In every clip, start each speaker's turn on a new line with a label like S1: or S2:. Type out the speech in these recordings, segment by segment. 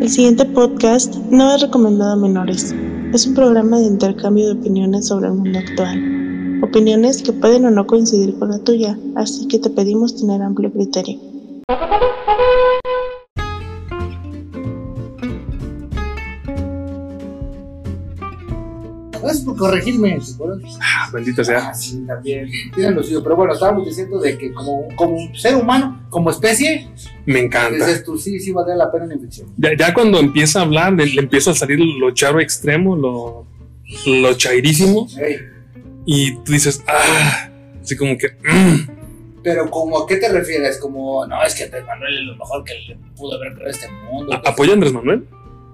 S1: El siguiente podcast no es recomendado a menores. Es un programa de intercambio de opiniones sobre el mundo actual. Opiniones que pueden o no coincidir con la tuya, así que te pedimos tener amplio criterio.
S2: Gracias por corregirme. por-
S3: Bendito sea.
S2: Ah, sí, también. Tiene lo suyo. Pero bueno, estábamos diciendo de que como, como ser humano, como especie,
S3: Me encanta.
S2: dices tú sí, sí valdría la pena la infección.
S3: Ya, ya cuando empieza a hablar, le, le empieza a salir lo charro extremo, lo, lo chairísimo. Y tú dices, ah, así como que, mm,
S2: Pero como a qué te refieres? Como, no, es que Andrés Manuel es lo mejor que le pudo haber creado a este mundo.
S3: ¿a- ¿apoya a Andrés Manuel?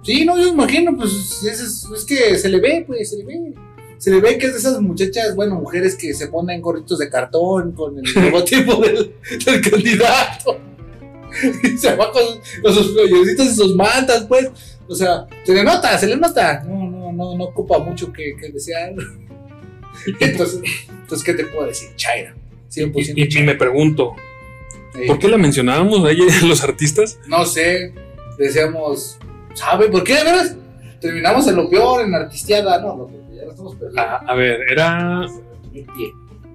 S2: Sí, no, yo imagino, pues es, es- es que se le ve, pues se le ve. Se le ve que es de esas muchachas, bueno, mujeres que se ponen gorritos de cartón con el logotipo del, del candidato. Y se va con, con sus playercitos y sus mantas, pues. O sea, se le nota, se le nota. No, no, no, no ocupa mucho que, que desear. Entonces, entonces, ¿qué te puedo decir? Chaira.
S3: Y, y-
S2: 100%
S3: y me pregunto,
S2: Chaira.
S3: ¿por qué la mencionábamos a ella y a los artistas?
S2: no sé, decíamos, ¿sabe por qué? de veras? Terminamos en lo peor, en artisteada, no, no, porque ya lo estamos perdiendo.
S3: A, a ver, era,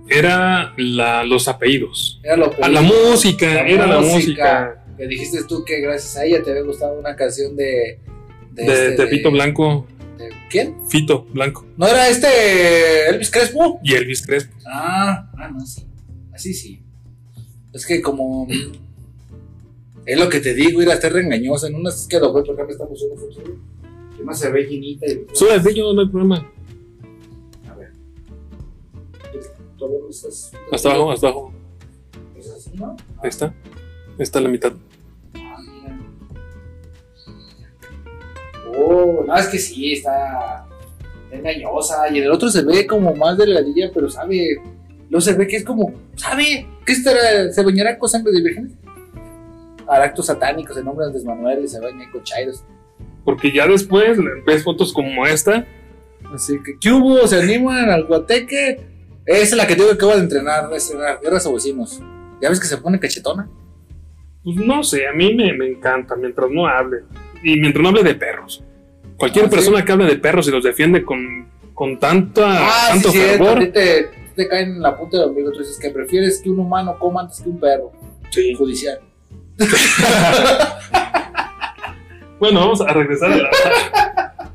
S3: era la, los apellidos.
S2: Era lo
S3: A
S2: peor.
S3: la música,
S2: La
S3: era la
S2: música.
S3: música
S2: que dijiste tú que gracias a ella te había gustado una canción de.
S3: de,
S2: este,
S3: Tepito Blanco,
S2: de- ¿Quién?
S3: Fito Blanco
S2: ¿No era este Elvis Crespo?
S3: y Elvis Crespo.
S2: Ah, ah, no, sí. Así sí. Es que como. Es lo que te digo, ir a estar engañosa. En unas es que lo fue, porque me estamos en un futuro. Y más se ve llenita y.
S3: Solo de ellos no hay problema.
S2: A ver. Todavía no estás-
S3: Hasta abajo, hasta abajo.
S2: ¿Es pues así, no?
S3: Ahí está. Ahí está la mitad.
S2: Ah, mira. Oh, no, es que sí, está está engañosa. Y en el otro se ve como más delgadilla, pero sabe. Luego se ve que es como, ¿sabe? ¿Qué estará? ¿Se bañará con sangre de vírgenes? Hará actos satánicos en nombre de Andrés Manuel y se baña con chairos.
S3: Porque ya después ves fotos como esta.
S2: Así que, ¿qué hubo? ¿Se animan al guateque? Esa es la que tengo que acabo de entrenar, de estrenar, guerras a vecinos. ¿Ya ves que se pone cachetona?
S3: Pues no sé, a mí me, me encanta mientras no hable. Y mientras no hable de perros. Cualquier
S2: Ah, sí.
S3: persona que hable de perros y los defiende con, con tanta,
S2: Ah, sí,
S3: tanto
S2: sí,
S3: fervor.
S2: también te, te caen en la punta del ombligo. Tú dices que prefieres que un humano coma antes que un perro
S3: Sí.
S2: judicial.
S3: Bueno, vamos a regresar a la.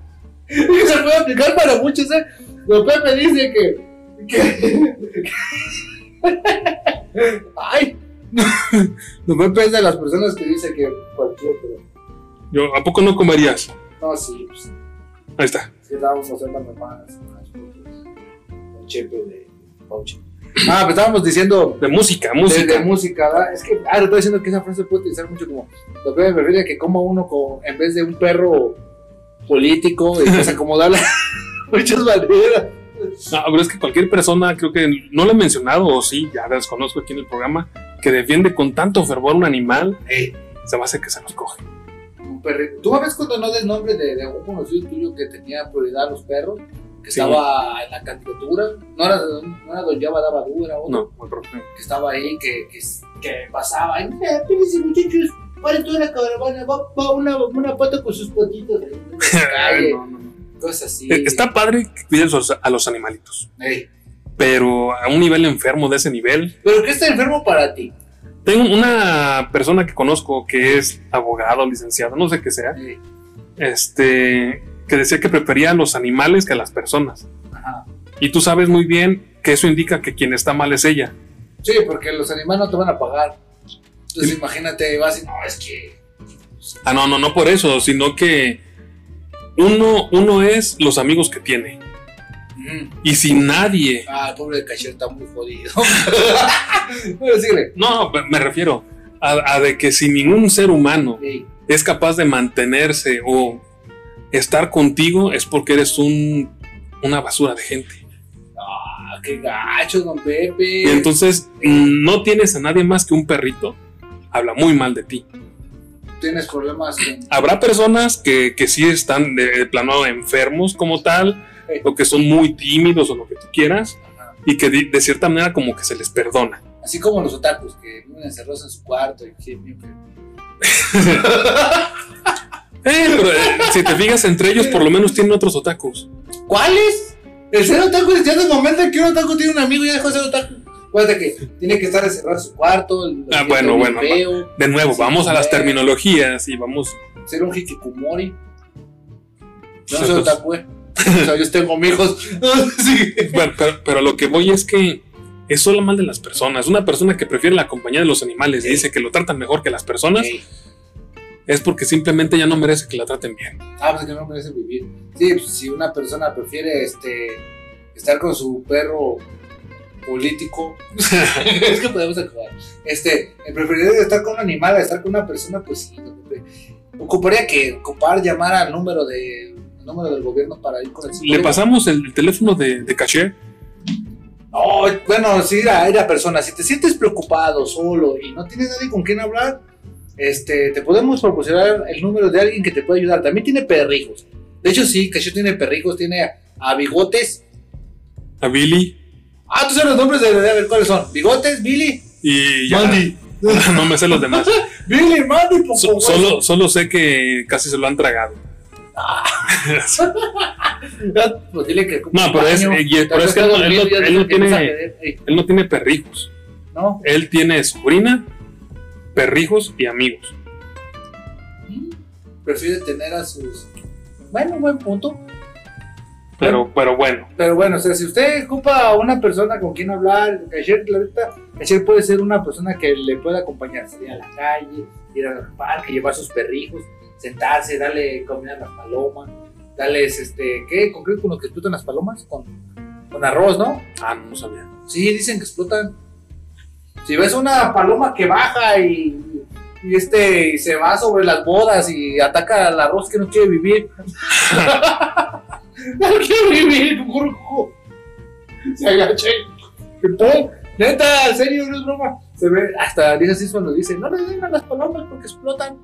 S2: Y se puede aplicar para muchos, ¿eh? Pero Pepe dice que. que- Ay. No, Pepe es de las personas que dice que cualquier. Pero...
S3: Yo, ¿A poco no comerías?
S2: No, sí, pues.
S3: Ahí está.
S2: Es que estábamos haciendo mamadas. unas fotos, Un chepe de Pauche. Ah, pero estábamos diciendo.
S3: De música,
S2: música.
S3: música.
S2: De, música, ¿verdad? Es que, ah, te estoy diciendo que esa frase puede utilizar mucho como, lo que me refiero a que coma uno con, en vez de un perro político y desacomodarla muchas maneras.
S3: No, pero es que cualquier persona, creo que no lo he mencionado, o sí, ya desconozco aquí en el programa, que defiende con tanto fervor un animal, se va a hacer que se los coge.
S2: Un perrito. ¿Tú ves cuando no des nombre de, de un conocido tuyo que tenía prioridad a los perros? Que
S3: Sí.
S2: estaba en la candidatura. No era, no era Don Yaba Dabadú, era otro
S3: No, muy propio.
S2: que estaba ahí, que, que, que pasaba. Y, "Mira, espérense, muchachos, paren toda la caravana, va, va una, una pata con sus patitas. ahí en la calle".
S3: No, no, no.
S2: Cosas así.
S3: Eh, Está padre que cuides los- a los animalitos,
S2: Ey.
S3: pero a un nivel enfermo de ese nivel.
S2: ¿Pero qué está enfermo para ti?
S3: Tengo una persona que conozco que es abogado, licenciado, no sé qué sea, este, que decía que prefería a los animales que a las personas.
S2: Ajá.
S3: Y tú sabes muy bien que eso indica que quien está mal es ella.
S2: Sí, porque los animales no te van a pagar. Entonces
S3: Sí.
S2: imagínate, vas y no, es que.
S3: Ah, no, no, no por eso, sino que uno, uno es los amigos que tiene.
S2: mm,
S3: Y si nadie...
S2: Ah, el pobre de Cachero está muy jodido. Pero síguele.
S3: No, me refiero a- a de que si ningún ser humano
S2: Ey,
S3: es capaz de mantenerse o estar contigo es porque eres un, una basura de gente.
S2: Ah, qué gacho, don Pepe.
S3: Y entonces mm, no tienes a nadie más que un perrito, habla muy mal de ti.
S2: Tienes problemas con.
S3: Habrá personas que, que sí están de, de plano enfermos como tal,
S2: Sí.
S3: o que son muy tímidos o lo que tú quieras,
S2: Ajá.
S3: y que de, de cierta manera como que se les perdona.
S2: Así como los otakus que viven encerrados en su cuarto y siempre.
S3: pero eh, si te fijas entre ellos, por lo menos tienen otros otakus.
S2: ¿Cuáles? El ser otaku es ya desde el momento en que un otaku tiene un amigo y ya dejó de ser otaku. Acuérdate que tiene que estar encerrado en su cuarto. el-
S3: Ah,
S2: el
S3: bueno,
S2: bien
S3: bueno,
S2: feo,
S3: De nuevo,
S2: Sí,
S3: vamos a las
S2: eh.
S3: terminologías y vamos.
S2: ser un hikikomori. Yo no
S3: pues,
S2: soy otaku, eh. O sea, yo tengo amigos. sí.
S3: Bueno, pero, pero lo que voy es que es solo mal de las personas. Una persona que prefiere la compañía de los animales y dice que lo tratan mejor que las personas
S2: Ey.
S3: es porque simplemente ya no merece que la traten bien.
S2: Ah, pues que no merece vivir. Sí, pues, si una persona prefiere este estar con su perro político, es que podemos acabar. Este, en preferir estar con un animal a estar con una persona, pues sí. no, hombre. Ocuparía que ocupar llamar al número de el número del gobierno para ir con el
S3: Le
S2: psicólogo.
S3: pasamos el teléfono de, de caché.
S2: No, bueno, sí, la, la persona, si te sientes preocupado, solo y no tienes nadie con quien hablar, este, te podemos proporcionar el número de alguien que te puede ayudar. También tiene perrijos. De hecho, sí, Cashew tiene perrijos, tiene a, a bigotes.
S3: a Billy
S2: Ah, tú sabes los nombres de, de- a ver cuáles son. Bigotes, Billy.
S3: y ya.
S2: Mandy.
S3: No me sé los demás.
S2: Billy, Mandy, Popo
S3: So-
S2: Hueso.
S3: solo, solo sé que casi se lo han tragado.
S2: Ah, Pues dile que.
S3: No, pero es-
S2: Baño.
S3: eh, y-
S2: Tal
S3: pero
S2: vez
S3: es que él no-
S2: cada
S3: él no-
S2: día
S3: él
S2: dice
S3: no
S2: que vas a
S3: tiene-
S2: beber. Ey,
S3: Él no tiene perrijos.
S2: No.
S3: Él tiene sobrina, perrijos y amigos.
S2: Prefiere tener a sus. Bueno, buen punto.
S3: Pero, pero bueno,
S2: Pero bueno, o sea, si usted ocupa a una persona con quien hablar, Cacher, la neta, Cacher puede ser una persona que le pueda acompañar, salir a la calle, ir al parque, llevar sus perrijos, sentarse, darle comida a las palomas, darles, este, ¿qué? ¿Con qué? ¿Con lo que explotan las palomas? Con, con arroz, ¿no?
S3: ah, no, no sabía.
S2: Sí, dicen que explotan. Si ves una paloma que baja y, y este, y se va sobre las bodas y ataca al arroz que no quiere vivir. no quiere vivir, gurgo. Se agaché. Entonces, neta, en serio, no es broma. Se ve, hasta Lisa Simpson lo dice, no le den a las palomas porque explotan.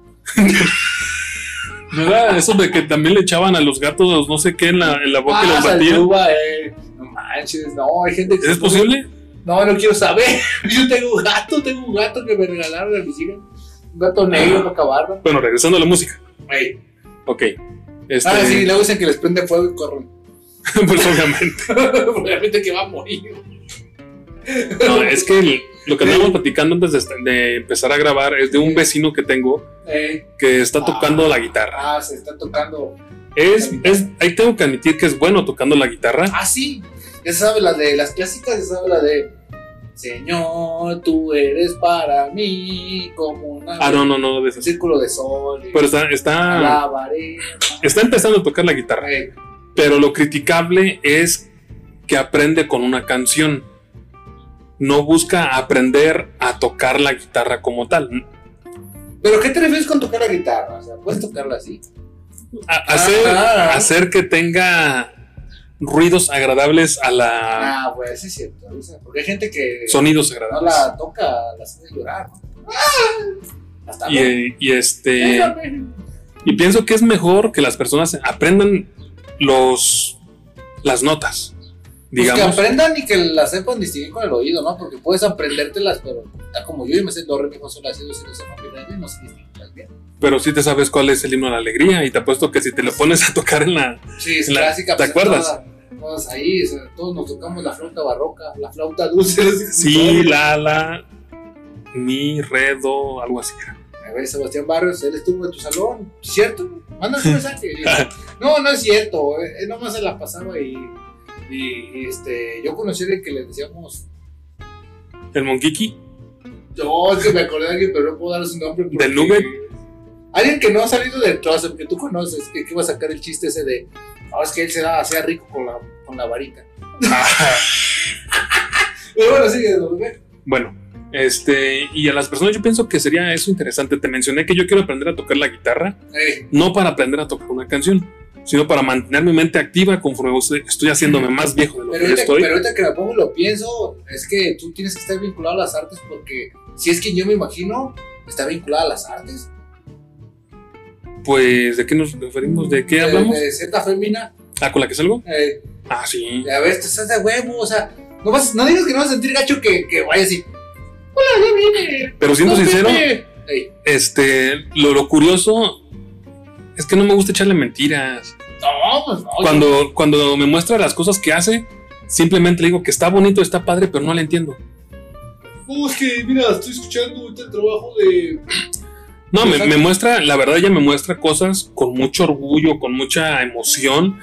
S3: ¿Verdad? Eso de que también le echaban a los gatos no sé qué en la, en la boca y los
S2: Pasa el
S3: batían.
S2: Cuba, eh. No manches, no, hay gente que...
S3: ¿Es posible?
S2: No, no quiero saber. Yo tengo un gato, tengo un gato que me regalaron a mis hijas. Un gato negro para acabarlo.
S3: Bueno, regresando a la música.
S2: Ey.
S3: Ok. Este,
S2: Ah, sí, luego dicen que les prende fuego y corren.
S3: pues obviamente.
S2: Obviamente que va a morir.
S3: No, es que el- lo que andábamos platicando antes de, esta- de empezar a grabar es de un vecino que tengo
S2: Ey.
S3: que está tocando la guitarra.
S2: Eh, Ah, se está tocando.
S3: Es, es, ahí tengo que admitir que es bueno tocando la guitarra.
S2: Ah, sí. Ya se sabe la de las clásicas, ya se sabe la de. Señor, tú eres para mí como una.
S3: Ah, no, no, no, de
S2: Un
S3: esas.
S2: círculo de sol. y
S3: Pero está, está,
S2: Alabaré.
S3: está empezando a tocar la guitarra.
S2: Ey.
S3: Pero lo criticable es que aprende con una canción. No busca aprender a tocar la guitarra como tal.
S2: Pero, ¿qué te refieres con tocar la guitarra? O sea, puedes tocarla así.
S3: A- hacer,
S2: Ah.
S3: hacer que tenga ruidos agradables a la...
S2: Ah, güey, sí es cierto. o sea, Porque hay gente que
S3: Sonidos
S2: no
S3: agradables.
S2: la toca, la hace llorar, ¿no? Hasta Pues
S3: Y,
S2: luego.
S3: eh, y este...
S2: Déjame.
S3: Y pienso que es mejor que las personas aprendan los las notas,
S2: Pues
S3: digamos.
S2: que aprendan y que las sepan distinguir con el oído, ¿no? Porque puedes aprendértelas, pero está como yo y me sé do, re, mi, fa, sol, la, si, do, si, do, si, fa, mi, re, mi, no sé distinguirlas bien.
S3: pero si te sabes cuál es el himno de la alegría y te apuesto que si te lo pones a tocar en la
S2: Sí, es
S3: La-
S2: clásica.
S3: ¿te
S2: pues,
S3: acuerdas?
S2: toda- Todos ahí, o sea, todos nos tocamos la flauta barroca, la flauta dulce. así,
S3: sí,
S2: todo.
S3: la la mi re do algo así. era.
S2: A ver, Sebastián Barrios, él estuvo en tu salón, ¿cierto? Mándale un mensaje. no, no es cierto, eh, él nomás se la pasaba y, y, este, yo conocí a alguien que le decíamos,
S3: El monquiqui
S2: yo es que me acordé de alguien, pero no puedo dar su nombre. porque-
S3: ¿Del Nugget?
S2: Alguien que no ha salido del closet, que tú conoces, que, que iba a sacar el chiste ese de, no, es que él se daba- hacía rico con la, con la varita. Pero bueno, sigue, don Rubén.
S3: Bueno, este y a las personas yo pienso que sería eso interesante. Te mencioné que yo quiero aprender a tocar la guitarra,
S2: Eh,
S3: no para aprender a tocar una canción, sino para mantener mi mente activa conforme estoy- estoy haciéndome más viejo de lo
S2: pero,
S3: que
S2: ahorita,
S3: estoy.
S2: pero ahorita que me pongo y lo pienso, es que tú tienes que estar vinculado a las artes porque, si es que yo me imagino, está vinculada a las artes.
S3: Pues, ¿de qué nos referimos? ¿De qué
S2: de-
S3: hablamos?
S2: Eh, De, cierta femina.
S3: ¿Ah, con la que salgo?
S2: eh,
S3: Ah, sí.
S2: a ver, te estás de huevo, o sea, no, vas, no digas que no vas a sentir gacho que, que vaya así. Hola, ya vine.
S3: Pero siendo
S2: No,
S3: sincero,
S2: vine". Ey,
S3: este, lo, lo curioso es que no me gusta echarle mentiras.
S2: No, pues no.
S3: Cuando, cuando me muestra las cosas que hace, simplemente le digo que está bonito, está padre, pero no le entiendo.
S2: No, es que, mira, estoy escuchando ahorita el trabajo de.
S3: No, me,
S2: Exacto.
S3: me muestra, la verdad ella me muestra cosas con mucho orgullo, con mucha emoción,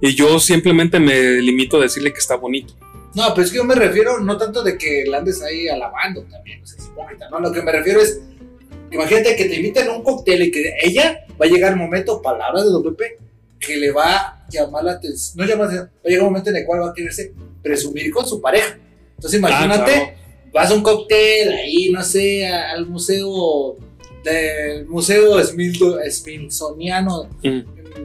S3: y yo simplemente me limito a decirle que está bonito.
S2: No, pero es que yo me refiero no tanto de que la andes ahí alabando también, o sea, es hipócrita, ¿no? Lo que me refiero es. Imagínate que te invitan a un cóctel y que ella va a llegar un momento, palabras de Don Pepe, que le va a llamar la atención. No llamar la atención, va a llegar un momento en el cual va a quererse presumir con su pareja. Entonces, imagínate.
S3: Ah, claro.
S2: vas a un cóctel ahí, no sé, a- al museo del museo Smildo- Smithsoniano.
S3: Mm.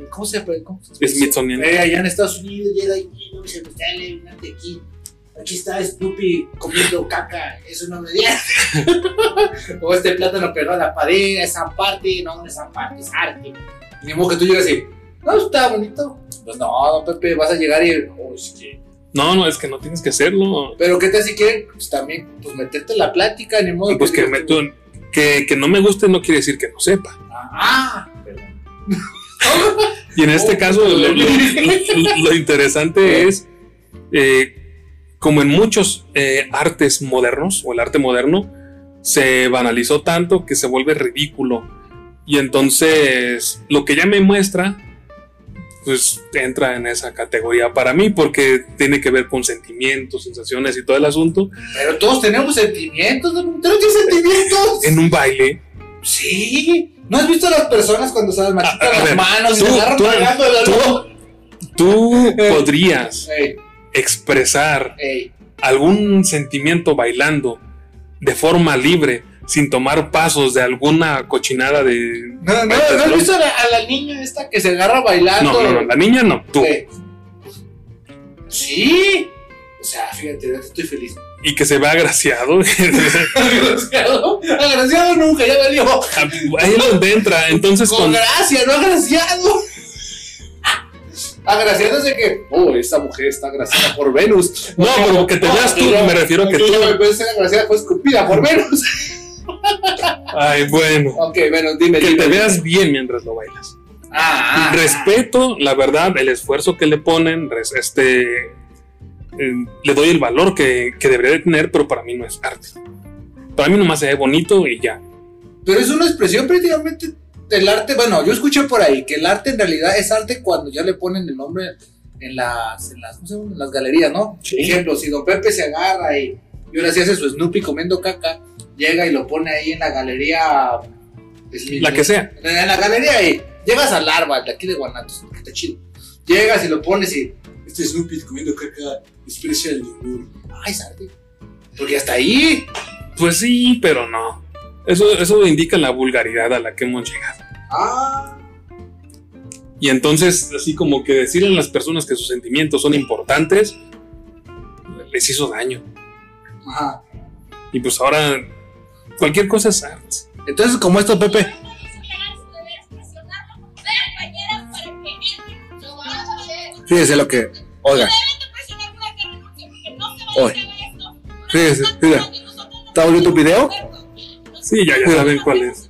S2: ¿Cómo se llama? ¿Cómo se
S3: Smithsoniano.
S2: Eh, allá en Estados Unidos llega y no se me sale una de aquí. Aquí está Snoopy comiendo caca, eso no me diga. o este plátano pegó a la pared, esa parte, no, no es esa parte, es arte. Ni modo que tú llegas y, no, está bonito. Pues no, Pepe, vas a llegar y, oh, es que
S3: No, no, es que no tienes que hacerlo.
S2: pero qué tal si quieren, pues también, pues meterte en la plática, ni modo.
S3: Pues que,
S2: digas
S3: me-
S2: tú,
S3: tú- que, que no me guste no quiere decir que no sepa.
S2: Ah, ah, perdón.
S3: Y en este
S2: Oh,
S3: caso lo,
S2: perdón.
S3: lo- lo interesante es, eh, como en muchos eh, artes modernos o el arte moderno, se banalizó tanto que se vuelve ridículo. Y entonces lo que ella me muestra, pues entra en esa categoría para mí porque tiene que ver con sentimientos, sensaciones y todo el asunto.
S2: Pero todos tenemos sentimientos, ¿no? ¿Tú no tienes sentimientos?
S3: En un baile,
S2: Sí. ¿No has visto a las personas cuando se las machucan
S3: A- a
S2: las
S3: ver,
S2: manos
S3: tú-
S2: y se agarran
S3: tú-
S2: pegando el
S3: tú- tú podrías
S2: Ey,
S3: expresar
S2: ey.
S3: algún sentimiento bailando de forma libre, sin tomar pasos de alguna cochinada de...
S2: No, no, ¿no has visto a la, a la niña esta que se agarra bailando?
S3: No, no, no, la niña no, tú.
S2: Ey. Sí. O sea, fíjate, ahorita estoy feliz.
S3: Y que se vea agraciado.
S2: Agraciado, agraciado nunca, ya valió.
S3: Ahí es donde entra. Entonces,
S2: Con
S3: con...
S2: gracia, no agraciado. Agraciado es de que, oh, esta mujer está agraciada por Venus.
S3: No, pero que te veas tú, me refiero a que
S2: Yo
S3: tú-
S2: me puedes ser agraciada, fue escupida por Venus.
S3: Ay, bueno.
S2: ok, Venus, dime.
S3: Que
S2: dime.
S3: te veas bien mientras lo bailas.
S2: Ah, ah,
S3: Respeto, la verdad, el esfuerzo que le ponen, res- este... eh, Le doy el valor que, que debería de tener, pero para mí no es arte. Para mí nomás se ve bonito y ya.
S2: ah. Pero es una expresión prácticamente del arte. Bueno, yo escuché por ahí que el arte en realidad es arte cuando ya le ponen el nombre en las, en las, ¿cómo se llama? en las galerías, ¿no?
S3: Sí.
S2: Ejemplo, si Don Pepe se agarra y, y ahora sí hace su Snoopy comiendo caca, llega y lo pone ahí en la galería.
S3: La que sea.
S2: En la galería y llegas al larva de aquí de Guanatos, que está chido. Llegas y lo pones y. Este Snoopy comiendo caca expresa el dolor. Ay, Sardi. Ah, Porque hasta ahí.
S3: Pues sí, pero no. Eso, eso indica la vulgaridad a la que hemos llegado.
S2: Ah.
S3: Y entonces, así como que decirle a las personas que sus sentimientos son importantes, les hizo daño.
S2: Ajá.
S3: Y pues ahora, cualquier cosa es arte.
S2: Entonces, como esto, Pepe. Fíjese lo que. Oiga. Fíjese, mira. ¿Está
S4: bonito
S2: bonito
S4: tu
S2: el video?
S4: video?
S3: Sí, ya, ya saben cuál es.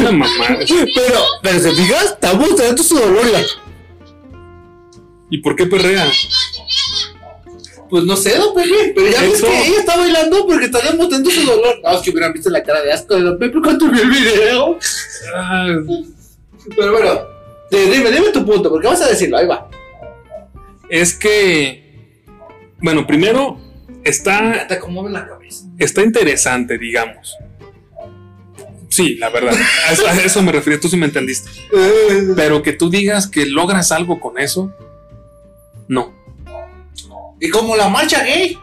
S3: Una mamada.
S4: Pero,
S2: pero se fijas, está mostrando su dolor.
S3: ¿Y por qué perrea?
S2: Pues no sé, don Pepe. Pero ya ves
S3: Eso.
S2: que ella está bailando porque está demostrando su dolor. No, es que hubieran visto la cara de asco de don Pepe cuando vio el video.
S3: Ah,
S2: Pero bueno, di- dime, dime tu punto, porque vas a decirlo, ahí va.
S3: es que, bueno, primero está
S2: Ah, encanta cómo mueve la cabeza.
S3: está interesante, digamos. Sí, la verdad. A eso, a eso me refiero, tú sí me entendiste.
S2: Eh.
S3: Pero que tú digas que logras algo con eso, no.
S2: Y como la marcha gay.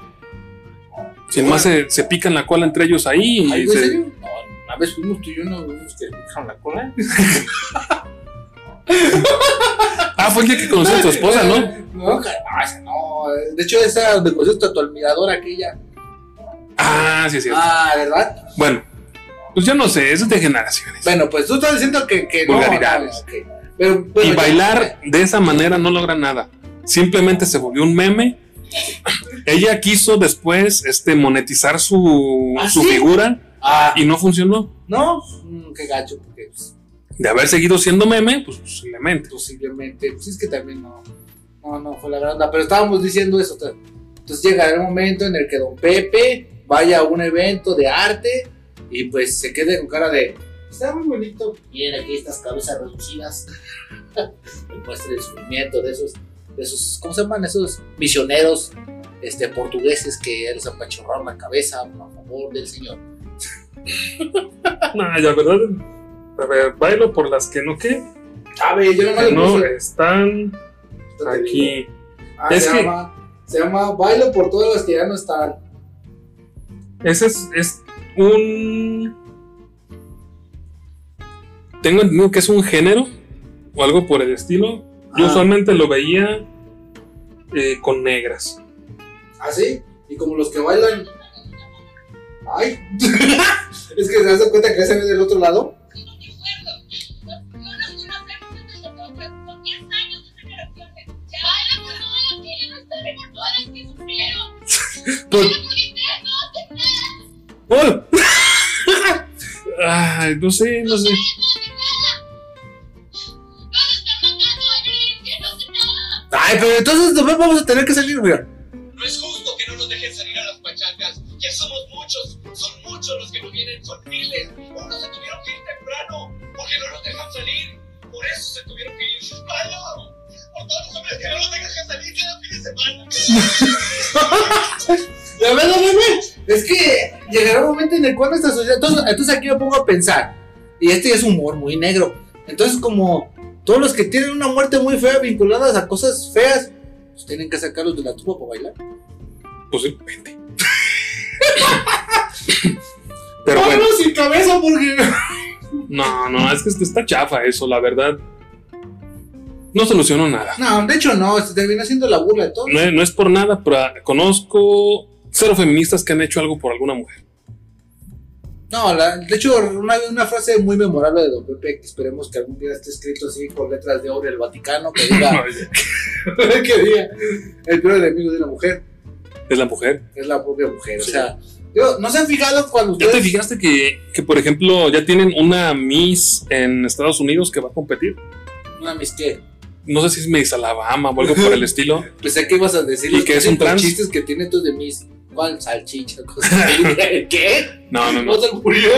S3: Si más se, se pican la cola entre ellos ahí y
S2: Ay, güey, ¿en
S3: se-
S2: serio? No, una vez fuimos tú y yo, no vimos que le picaron la cola.
S3: Ah, fue el día que conocí a tu esposa, ¿no?
S2: No, ca- no, esa no. De hecho, esa de concierto a tu admiradora aquella.
S3: Ah, sí, es cierto.
S2: Ah, ¿verdad?
S3: Bueno, pues yo no sé, eso es de generaciones.
S2: Bueno, pues tú estás diciendo que, que no.
S3: Vulgaridades.
S2: no, ok. Pero, bueno,
S3: Y
S2: ya-
S3: bailar de esa manera no logra nada. Simplemente se volvió un meme Ella quiso después este, monetizar su,
S2: ¿Ah,
S3: su
S2: sí?
S3: figura
S2: Ah,
S3: y no funcionó.
S2: no, Mm, qué gacho, porque pues,
S3: De haber seguido siendo meme, pues posiblemente.
S2: posiblemente, pues es que también no, no, no fue la gran onda, pero estábamos diciendo eso. ta- Entonces llegará el momento en el que don Pepe vaya a un evento de arte y pues se quede con cara de, está muy bonito, miren aquí estas cabezas reducidas, me muestra el sufrimiento de esos, de esos, ¿cómo se llaman? Esos misioneros este, portugueses que les apachurraron la cabeza a favor del Señor.
S3: No, la verdad, a ver, bailo por las que no que
S2: A ver, yo nomás le
S3: no
S2: puse-
S3: están
S2: Entonces,
S3: aquí.
S2: Ah,
S3: Es
S2: se,
S3: que-
S2: llama, se llama Bailo por todas las que ya no están.
S3: Ese es, es un. Tengo entendido que es un género o algo por el estilo. Yo
S2: Ah.
S3: usualmente lo veía eh, con negras.
S2: Así. Y como los que bailan. Ay. es que se hace cuenta que ya se ve del otro lado.
S3: ¡Oh! Ay, no sé, no sé.
S2: Ay, pero entonces después vamos a tener que salir, mira.
S4: No es justo que no nos dejen salir a las pachacas. Ya somos muchos, son muchos los que no vienen, son miles. Unos se tuvieron que ir temprano porque no nos dejan salir. Por eso se tuvieron que ir. ¡Palo! Por todos los hombres que no nos dejan salir cada fin de semana.
S2: Ya ves, ya ves, ya ves. Es que llegará un momento en el cual esta sociedad. Entonces, entonces aquí me pongo a pensar. Y este es humor muy negro. Entonces, como todos los que tienen una muerte muy fea vinculadas a cosas feas, pues tienen que sacarlos de la tuba para bailar.
S3: Pues, Posiblemente. Pero bueno.
S2: Vámonos sin cabeza porque.
S3: No, no, es que este está chafa eso, la verdad. No solucionó nada.
S2: No, de hecho no, se termina haciendo la burla de todo.
S3: No, es- no es por nada, pero ah, conozco cero feministas que han hecho algo por alguna mujer.
S2: No, la- de hecho, una, una frase muy memorable de Don Pepe, que esperemos que algún día esté escrito así con letras de oro del Vaticano, que diga, que diga, el peor enemigo de una mujer
S3: es la mujer.
S2: es la propia mujer.
S3: Sí.
S2: O sea, digo, ¿no se han fijado cuando
S3: ¿Ya te
S2: ustedes...
S3: fijaste que, que, por ejemplo, ya tienen una Miss en Estados Unidos que va a competir?
S2: Una mis qué.
S3: No sé si es Miss Alabama o algo por el estilo.
S2: Pensé que ibas a decir
S3: ¿Y
S2: los
S3: que es un
S2: típicos
S3: trans?
S2: chistes que tiene tú de mis... ¿Cuál? Salchicha, cosas así. ¿Qué?
S3: No, no,
S2: ¿No
S3: no.
S2: te ocurrió?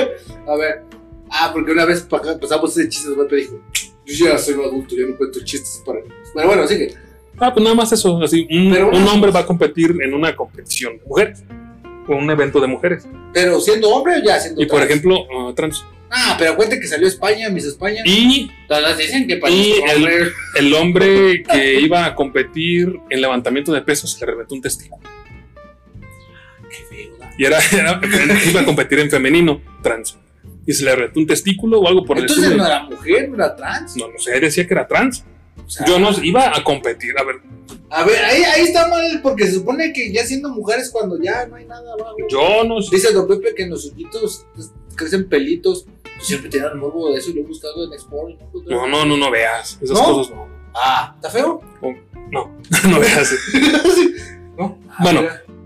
S2: A ver. Ah, porque una vez pa- pasamos ese chiste, Pepe dijo, yo ya soy un adulto, yo no cuento chistes para mí. Bueno, bueno, sigue.
S3: Ah, pues nada más eso. Así, un,
S2: Pero una-
S3: un hombre va a competir en una competición de mujeres o un evento de mujeres.
S2: Pero siendo hombre o ya siendo
S3: Y por
S2: trans?
S3: ejemplo, ah, trans.
S2: Ah, pero cuente que salió España, mis España.
S3: Y
S2: Todas dicen que
S3: y
S2: parece
S3: el-
S2: hombre.
S3: El hombre que iba a competir en levantamiento de pesos se le reventó un testículo.
S2: Qué feo, da.
S3: Y era, era- iba a competir en femenino, trans. Y se le reventó un testículo o algo por el
S2: Entonces
S3: estilo.
S2: no era mujer, no era trans.
S3: No, no sé, decía que era trans.
S2: O sea,
S3: Yo no iba a competir. A ver,
S2: A ver, ahí, ahí está mal, porque se supone que ya siendo mujeres cuando ya no hay nada abajo.
S3: yo no sé.
S2: Dice Don Pepe que en los ojitos pues, crecen pelitos. Yo siempre tenía el morbo de eso y lo he buscado en Explore. y no he encontrado.
S3: No, no, no, no veas. Esas
S2: ¿No?
S3: cosas no.
S2: Ah, ¿está feo?
S3: No veas.
S2: no.
S3: Bueno,
S2: Ah, mira.